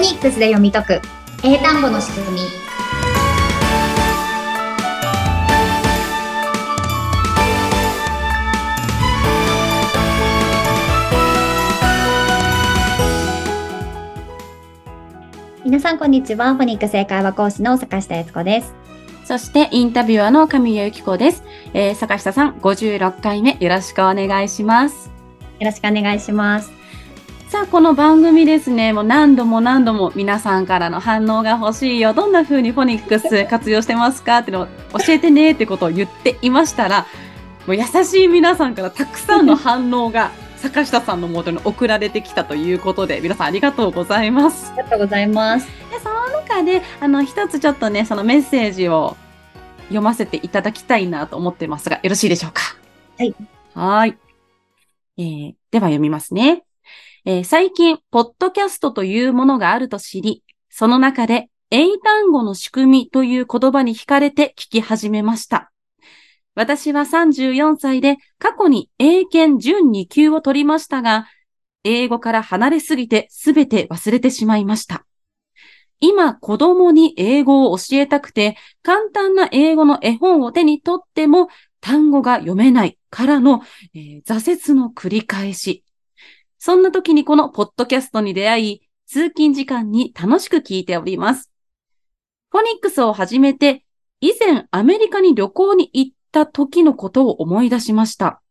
ニックスで読み解く英単語の仕組み皆さんこんにちはフォニックス英会話講師の坂下悦子ですそしてインタビュアーの神谷由紀子です、えー坂下さん56回目よろしくお願いしますよろしくお願いしますさあこの番組ですねもう何度も何度も皆さんからの反応が欲しいよどんな風にフォニックス 活用してますかってのを教えてねってことを言っていましたらもう優しい皆さんからたくさんの反応が坂下さんの元に送られてきたということで皆さんありがとうございますありがとうございますでその中であの一つちょっとねそのメッセージを読ませていただきたいなと思ってますがよろしいでしょうかはいはーい、えーでは読みますね、えー最近ポッドキャストというものがあると知りその中で英単語の仕組みという言葉に惹かれて聞き始めました私は34歳で過去に英検準2級を取りましたが、英語から離れすぎて全て忘れてしまいました。今、子供に英語を教えたくて、簡単な英語の絵本を手に取っても、単語が読めないからの、えー挫折の繰り返し。そんな時にこのポッドキャストに出会い、通勤時間に楽しく聞いております。フォニックスを始めて、以前アメリカに旅行に行った時のことを思い出しました。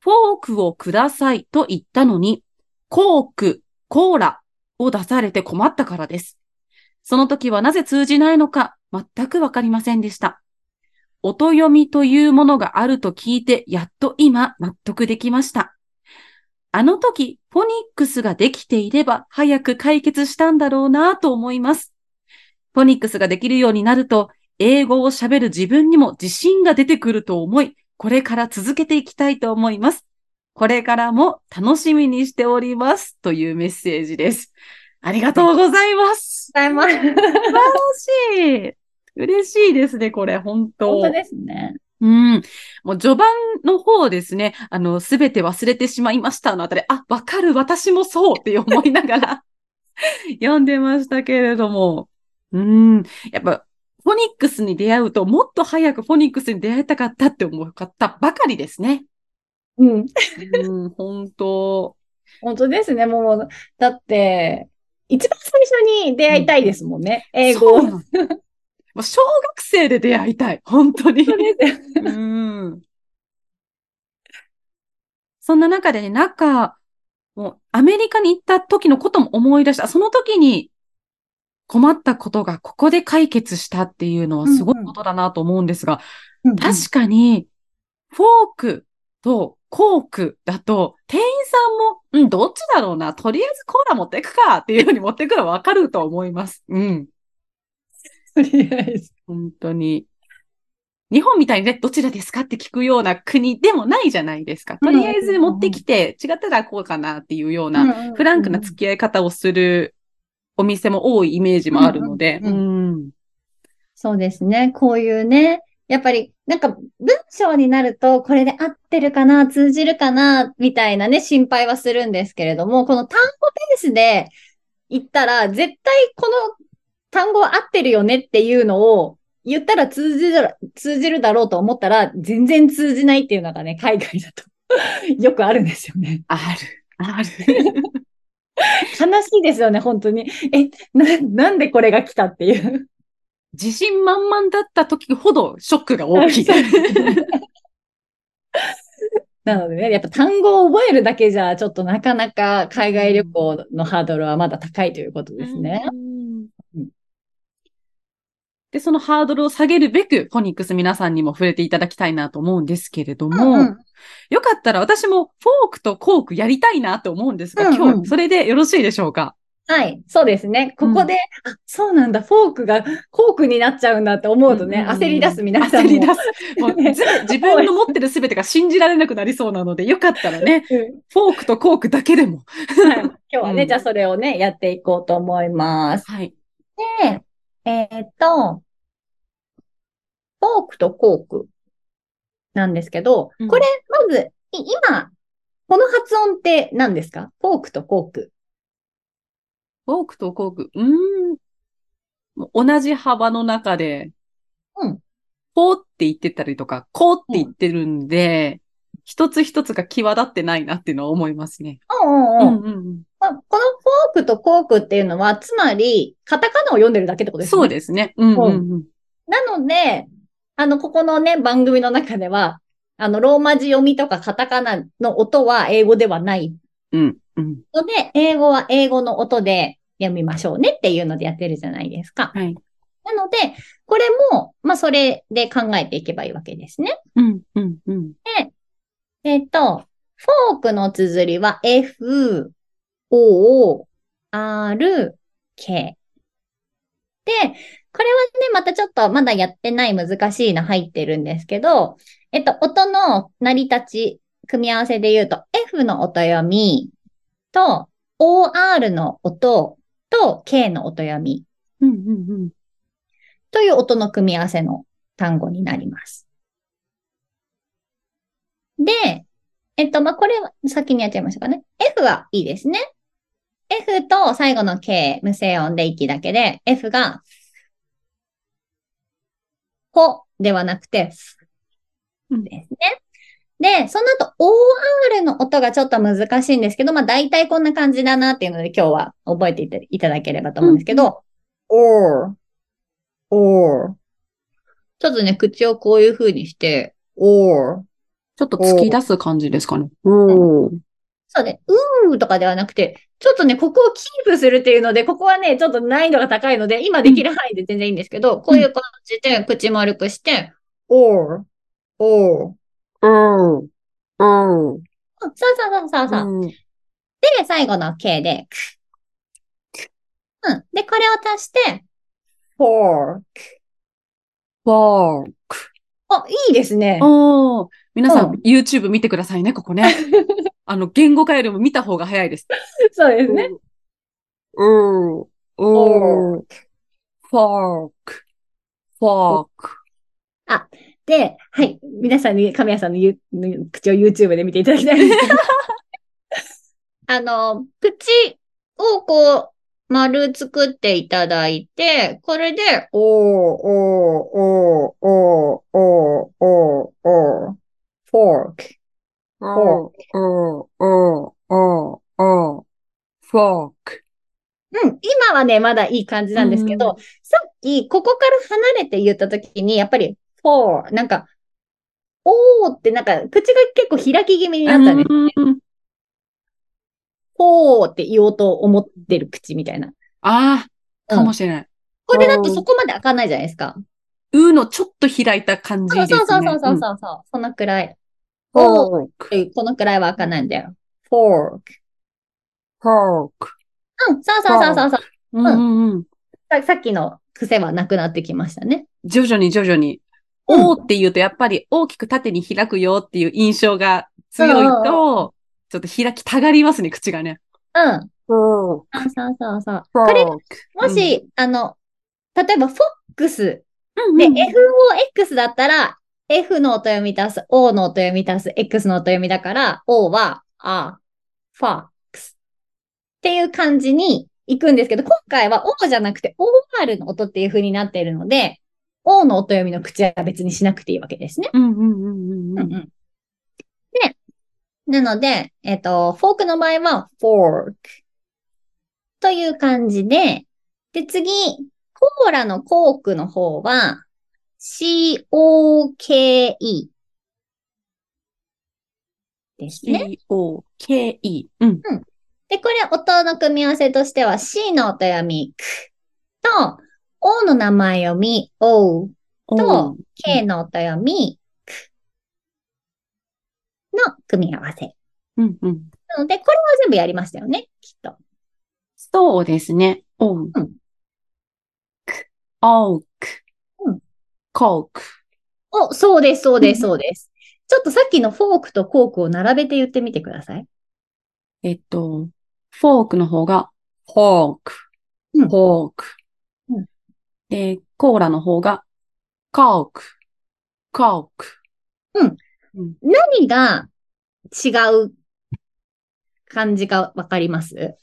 フォークをくださいと言ったのに、コーク、コーラを出されて困ったからです。その時はなぜ通じないのか全くわかりませんでした。音読みというものがあると聞いて、やっと今納得できました。あの時、フォニックスができていれば早く解決したんだろうなぁと思います。フォニックスができるようになると、英語を喋る自分にも自信が出てくると思い、これから続けていきたいと思います。これからも楽しみにしております。というメッセージです。ありがとうございます。ありがとうございます嬉しい。嬉しいですね、これ、本当。本当ですねうん。もう序盤の方ですね、あの、すべて忘れてしまいましたのあたり、あ、わかる、私もそうって思いながら 読んでましたけれども。うん。やっぱ、フォニックスに出会うと、もっと早くフォニックスに出会いたかったって思う方ばかりで すね。うん、うん、本当。本当ですね。もう、だって、一番最初に出会いたいですもんね。英語。そうなの。もう小学生で出会いたい。本当でに。すようんそんな中でね、中、もうアメリカに行った時のことも思い出した。その時に困ったことがここで解決したっていうのはすごいことだなと思うんですが、確かに、フォークとコークだと、店員さんも、うん、どっちだろうな、とりあえずコーラ持ってくかっていうふうに持ってくのはわかると思います。うん。とりあえず。本当に。日本みたいにね、どちらですかって聞くような国でもないじゃないですか。とりあえず持ってきて、違ったらこうかなっていうような、フランクな付き合い方をするお店も多いイメージもあるので。うんううんそうですね。こういうね、やっぱり、なんか文章になると、これで合ってるかな、通じるかな、みたいなね、心配はするんですけれども、この単語ベースで言ったら、絶対この単語合ってるよねっていうのを、言ったら通じる、通じるだろうと思ったら、全然通じないっていうのがね、海外だとよくあるんですよね。ある。ある。 悲しいですよね、本当に。え、な、なんでこれが来たっていう。自信満々だった時ほどショックが 大きい。なのでね、やっぱ単語を覚えるだけじゃ、ちょっとなかなか海外旅行のハードルはまだ高いということですね。うんで、そのハードルを下げるべく、フォニックス皆さんにも触れていただきたいなと思うんですけれども、うんうんよかったら私もフォークとコークやりたいなと思うんですが、うんうん今日それでよろしいでしょうかはい。そうですね。ここで、あ、そうなんだ、フォークがコークになっちゃうんだって思うとね、うんうんうん焦り出す皆さ焦んも。り出す。も うず自分の持ってる全てが信じられなくなりそうなので、よかったらね、うんフォークとコークだけでも。はい今日はね、うんじゃあそれをね、やっていこうと思います。はい。で、えーっと、フォークとコークなんですけど、うんこれ、まず、い今、この発音って何ですかフォークとコーク。フ多くと工具。うーん。もう同じ幅の中で、うん。こうって言ってたりとか、こうって言ってるんで、一つ一つが際立ってないなっていうのは思いますね。うんううんんうん。うんまあ、このフォークとコークっていうのは、つまり、カタカナを読んでるだけってことうん。ですね。そうですね。うんうんうん。なので、あの、ここのね、番組の中では、あの、ローマ字読みとかカタカナの音は英語ではないうんうん。ので、英語は英語の音で読みましょうねっていうのでやってるじゃないですか。はい。なので、これも、まあ、それで考えていけばいいわけですね。うんうんうん。えっ、と、フォークの綴りは F, O, R, K。で、これはね、またちょっとまだやってない難しいの入ってるんですけど、えっと、音の成り立ち、組み合わせで言うと、F の音読みと、OR の音と K の音読みうんうんうん。という音の組み合わせの単語になります。で、えっと、まあ、これは先にやっちゃいましょうかね。F はいいですね。F と最後の K、無声音で息だけで、F が、ほではなくて、うんですね。で、その後、OR の音がちょっと難しいんですけど、まあ、大体こんな感じだなっていうので、今日は覚えていたいただければと思うんですけど、or, or. ちょっとね、口をこういう風にして、or. ちょっと突き出す感じですかね。おー。そうね、うーとかではなくて、ちょっとね、ここをキープするっていうので、ここはね、ちょっと難易度が高いので、今できる範囲で全然いいんですけど、こういう感じで口丸くして、or, or. おー。おー。そうそうそうそうそう。うんで、最後の K で、くうん。で、これを足して、for. わー。あ、いいですね。おー。皆さんう、 YouTube 見てくださいね、ここね。あの、言語化よりも見た方が早いです。そうですね。うん。うん。おフォーク。フォーク。で、はい。皆さんに、神谷さんのゆの口を YouTube で見ていただきたいんですけど。 あの、口をこう、丸作っていただいて、これで、おー、おー、おー、おー、おー、おー、おー、フォーク。おー、おー、おー、おー、おー、フォーク。うん、今はね、まだいい感じなんですけど、うさっき、ここから離れて言ったときに、やっぱり、for、なんか、おーって、なんか、口が結構開き気味になったんです。うんほーって言おうと思ってる口みたいな。ああ、うんかもしれない。これだとそこまで開かないじゃないですか。うーのちょっと開いた感じそでうすねそう。そうそうそうそう。うそのくらい。おーっフォーク。ていう、このくらいは開かないんだよ。fork。フォーク。うん、そうそうそうそうそううんうんうん。さ。さっきの癖はなくなってきましたね。徐々に徐々に。うんおーって言うとやっぱり大きく縦に開くよっていう印象が強いと、ちょっと開きたがりますね、口がね。うん。フォそーうそうそうそう。ク。これももし、あの、例えば、フォックスうんで、うん FOX だったら、F の音読み足す、O の音読み足す、X の音読みだから、O は、あ、ファックス。っていう感じに行くんですけど、今回は O じゃなくて OR の音っていう風になっているので、O の音読みの口は別にしなくていいわけですね。うんうんうんうんうん。で、なので、えっ、と、フォークの場合は、フォーク。という感じで、で、次、コーラのコークの方は、C-O-K-E ですね。 C-O-K-E。うん。で、これ音の組み合わせとしては C の音読み、くと、O の名前読み、O、と、K の音読み、くの組み合わせ。うんうん。なので、これは全部やりましたよね、きっと。そうですね。おううん。くおうくうん。こうく。お、そうです、そうです、うそうです。ちょっとさっきのフォークとコークを並べて言ってみてください。えっと、フォークの方が、フォーク、うんフォークうん。で、コーラの方が、コーク、コーク。何が違う感じかわかります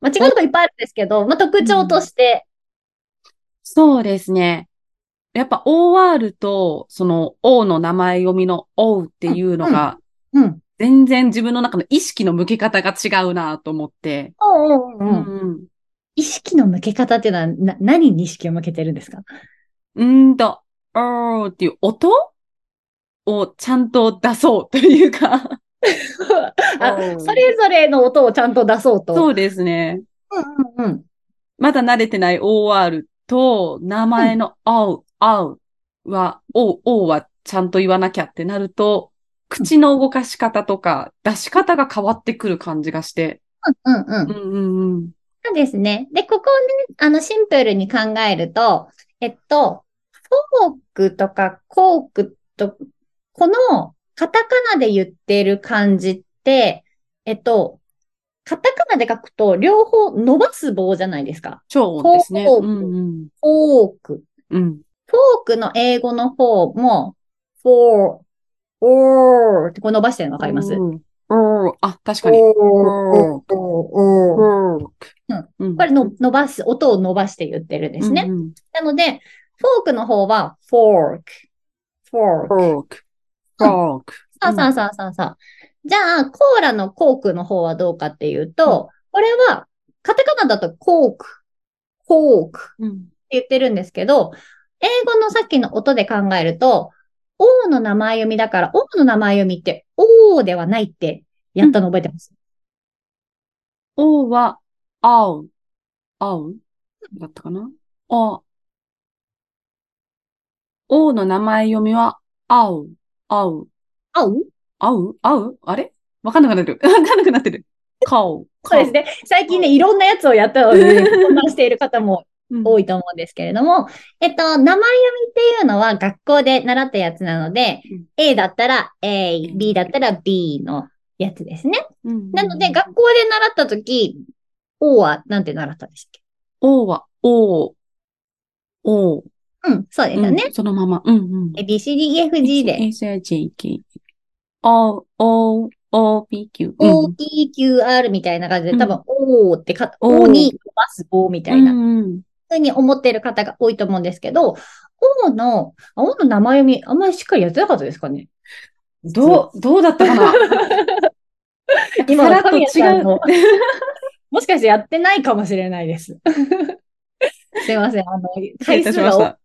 まあ、違うとこいっぱいあるんですけど、まあ、特徴として、そうですね。やっぱ OR と、その O の名前読みの O っていうのが、うん。全然自分の中の意識の向け方が違うなと思って。おうおう。うおうんん。意識の向け方っていうのは、な、何に意識を向けてるんです かうんと、O っていう音をちゃんと出そうというか。あ うんそれぞれの音をちゃんと出そうと。そうですね。うんうん。まだ慣れてない OR と、名前の O、O は、O、O はちゃんと言わなきゃってなると、口の動かし方とか、出し方が変わってくる感じがして。うんうんうんうんうん。そうですね。で、ここをね、あの、シンプルに考えると、えっと、フォークとかコークと、このカタカナで言ってる感じって、えっと、カタカナで書くと両方伸ばす棒じゃないですか。超音ですね。フォーうクんうん。フォーク。うフん。ォークの英語の方も、フォー、おーってこう伸ばしてるのわかりますうんうんあ、確かに。おー、おー、おー。フォークうんこれの伸ばす、音を伸ばして言ってるんですね。うんうんなので、フォークの方は、フォーク、フォーフク。ォーク。フォーク。さあさあさあさあさあ。じゃあ、コーラのコークの方はどうかっていうと、これは、カタカナだとコーク、コークってうん言ってるんですけど、英語のさっきの音で考えると、O の名前読みだから、O の名前読みって、O ではないってやったの覚えてます、 O は、青。青だったかなお。O の名前読みは、青。青。あう青青あれわかんなくなってる。 わかんなくなってる。顔。そうですね。ね。最近ね、いろんなやつをやったの で、混乱している方もうん多いと思うんですけれども、えっと、名前読みっていうのは学校で習ったやつなので、うん A だったら A う、ん B だったら B のやつですね。うんなので、学校で習ったとき、O はなんて習ったんでしたっけ O は、O。O。うん、そうですよね。うんそのまま。うんうん。 A, B, C, D, E, F, G で、 S, H, A, K. O, O, O, P, Q. うん O, P, Q, R みたいな感じうで、ん多分 O ってか、 O O に伸ばす棒みたいなう。んうんふうに思ってる方が多いと思うんですけど、王の、あ王の名前読み、あんまりしっかりやってなかったですかねどう、どうだったかな 今さらはっと神違谷さんうの。もしかしてやってないかもしれないです。すいません。あの、失礼い 回たし数まがし多た。く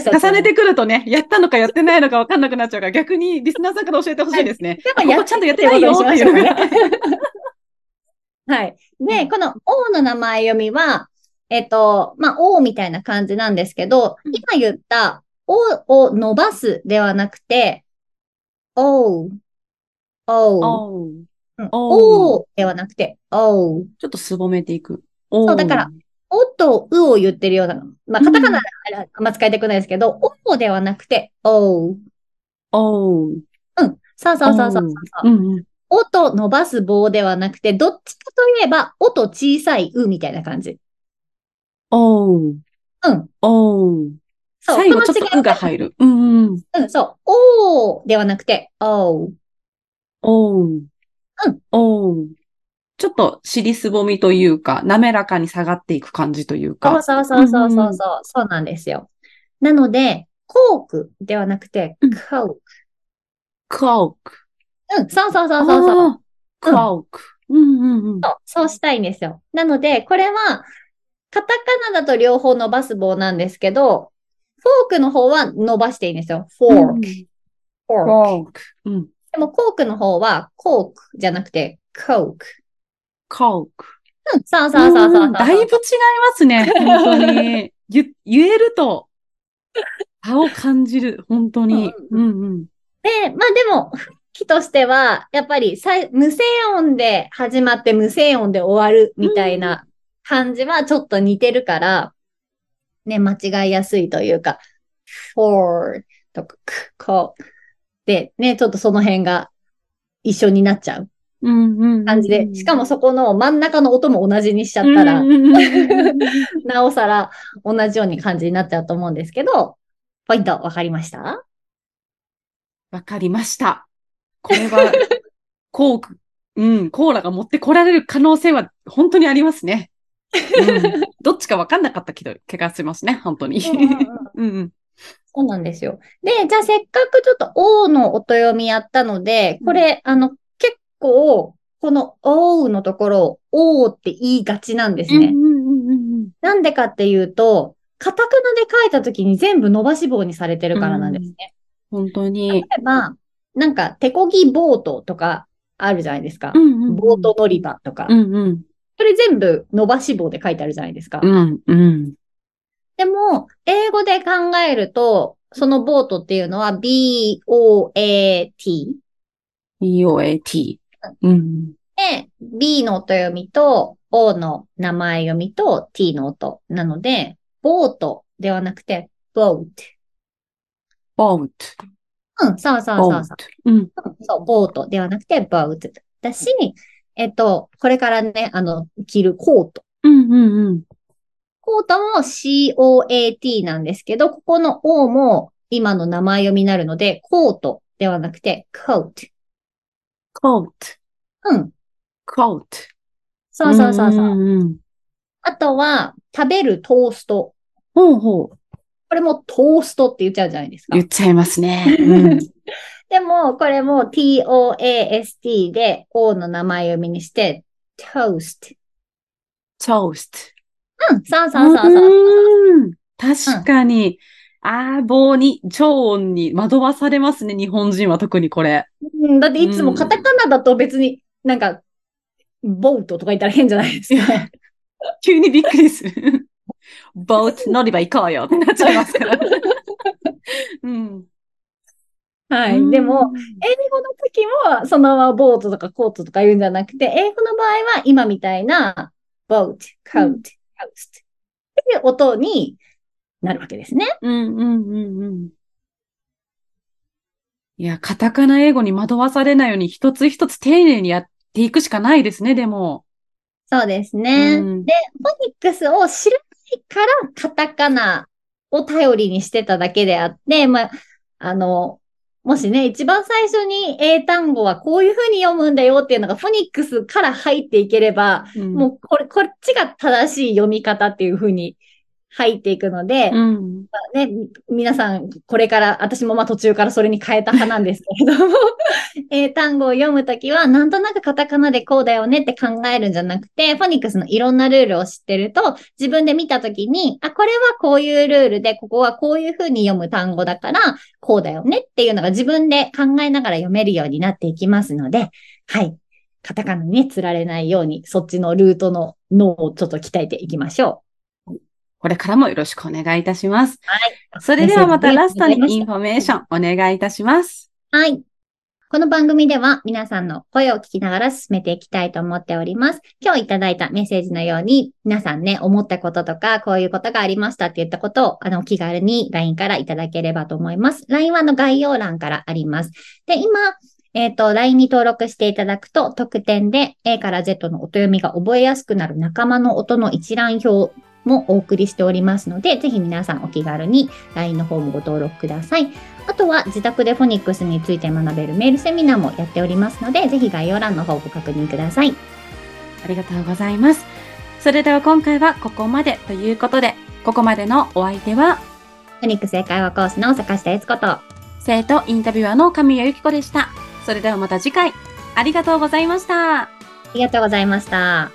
私たちも重ねてくるとね、やったのかやってないのか分かんなくなっちゃうから、逆にリスナーさんから教えてほしいですね。であもやここちゃんとやってないよってやってないいようしましょのう が。はい。で、この王の名前読みは、えっと、まあ、王みたいな感じなんですけど、うん今言った、王を伸ばすではなくて、おう、おう、おううんおうおうではなくて、おう。ちょっとすぼめていく。おそうだから。おとうを言ってるような、まあ、カタカナあんま使いたくないですけど、おうではなくて、おう。おう。うん。さあさあさあさあさあ。うんうん。音伸ばす棒ではなくて、どっちかといえば、音小さい、うみたいな感じ。おう。うん。おう。そう。最後こちの違ょっいとうが入る。うんうん。うん、そう。おーではなくて、おう。おう。うん。おう。ちょっと尻すぼみというか、滑らかに下がっていく感じというそうか。そうそうそううんそうう、んそうそうなんですよ。なので、コークではなくてうん、コーク。コーク。うん、そうそうそうそうそう。あーコーク。うんうんうん。そう、そうしたいんですよ。なので、これは、カタカナだと両方伸ばす棒なんですけど、フォークの方は伸ばしていいんですよ。フォーク、フォーク。コーク。うん。でも、コークの方は、コークじゃなくて、コーク。コーク。うん、そうそうそうそうそううんだいぶ違いますね。本当に。 ゆ言えると、差を感じる。本当に。ううんうん。で、まあでも、雰囲気としては、やっぱりさい無声音で始まって無声音で終わるみたいな感じはちょっと似てるから、ね、間違いやすいというか、for とか、くこう。で、ね、ちょっとその辺が一緒になっちゃううんうんうん。感じで、しかもそこの真ん中の音も同じにしちゃだったら、はなおさら同じように感じになっちゃうと思うんですけど、ポイントわかりました わかりました。これは、コークうん、コーラが持ってこられる可能性は本当にありますね。うん、どっちかわかんなかったけど、怪我しますね、本当に。うんうん。そうなんですよ。で、じゃあせっかくちょっと O の音読みやったので、これ、あの、結構、この O のところを O って言いがちなんですうんうね。んうんうんなんでかっていうと、カタカナで書いた時に全部伸ばし棒にされてるからなんですね。本当例に。えば、なんか、手こぎボートとかあるじゃないですか。うんうんうんボート乗り場とか。うんうん。それ全部伸ばし棒で書いてあるじゃないですか。うんうん。でも、英語で考えると、そのボートっていうのは B-O-A-T。 EOAT。うん。で、B の音読みと O の名前読みと T の音。なので、ボートではなくて、ボート。ボート。うん、そうそうボそうーそト。うん。う。うんそう、ボートではなくて、ボート。だし、えっと、これからね、あの、着るコート。うんうんうん。コートも COAT なんですけど、ここの O も今の名前読みになるので、コートではなくて、コート。コート。うん。コート。そうそうそうそう。んうんうん。あとは、食べるトースト。ほうほう。これもトーストって言っちゃうじゃないですか言。っちゃいますね。うん。 でも、これも toast で O の名前読みにして、トースト。トースト。うん、そうそうそうそう。うん確かに。ああ、棒に、超音に惑わされますね、日本人は特にこれ。うんだっていつもカタカナだと別になんか、ボートとか言ったら変じゃないですか。急にびっくり する。ボート乗り場行こうよってなっちゃいますから。うん。はうい。んでも、、英語の時もそのままボートとかコートとか言うんじゃなくて、英語の場合は今みたいな、ボート、カウト、カウストっていう音になるわけですね。うんうんうんうん。いや、カタカナ英語に惑わされないように一つ一つ丁寧にやっていくしかないですね、でも。そうですね。うんで、フォニックスを知らないから、カタカナを頼りにしてただけであって、まあ、あの、もしね、一番最初に英単語はこういう風に読むんだよっていうのが、フォニックスから入っていければ、うんもうこれ、こっちが正しい読み方っていう風に入っていくので、うん。まあね、皆さん、これから、私もまあ途中からそれに変えた派なんですけれども、 英単語を読むときは、なんとなくカタカナでこうだよねって考えるんじゃなくて、フォニックスのいろんなルールを知ってると、自分で見たときに、あ、これはこういうルールで、ここはこういうふうに読む単語だから、こうだよねっていうのが自分で考えながら読めるようになっていきますので、はい。カタカナにね釣られないように、そっちのルートの脳をちょっと鍛えていきましょこれからもよろしくお願いいたします。う。それではまたメッラセースジトありがとうございましたにインフォメーションお願いいたします。はい。この番組では皆さんの声を聞きながら進めていきたいと思っております。今日いただいたメッセージのように、皆さんね、思ったこととか、こういうことがありましたって言ったことを、あの、お気軽に LINE からいただければと思います。LINE はあの概要欄からあります。で、今、えっ、と、LINE に登録していただくと、特典で A から Z の音読みが覚えやすくなる仲間の音の一覧表もお送りしておりますので、ぜひ皆さんお気軽に LINE の方もご登録ください。あとは自宅でフォニックスについて学べるメールセミナーもやっておりますので、ぜひ概要欄の方ご確認ください。ありがとうございます。それでは今回はここまでということで、ここまでのお相手は、フォニックス英会話コースの坂下悦子と、生徒インタビュアーの神谷由紀子でした。それではまた次回、ありがとうございました。ありがとうございました。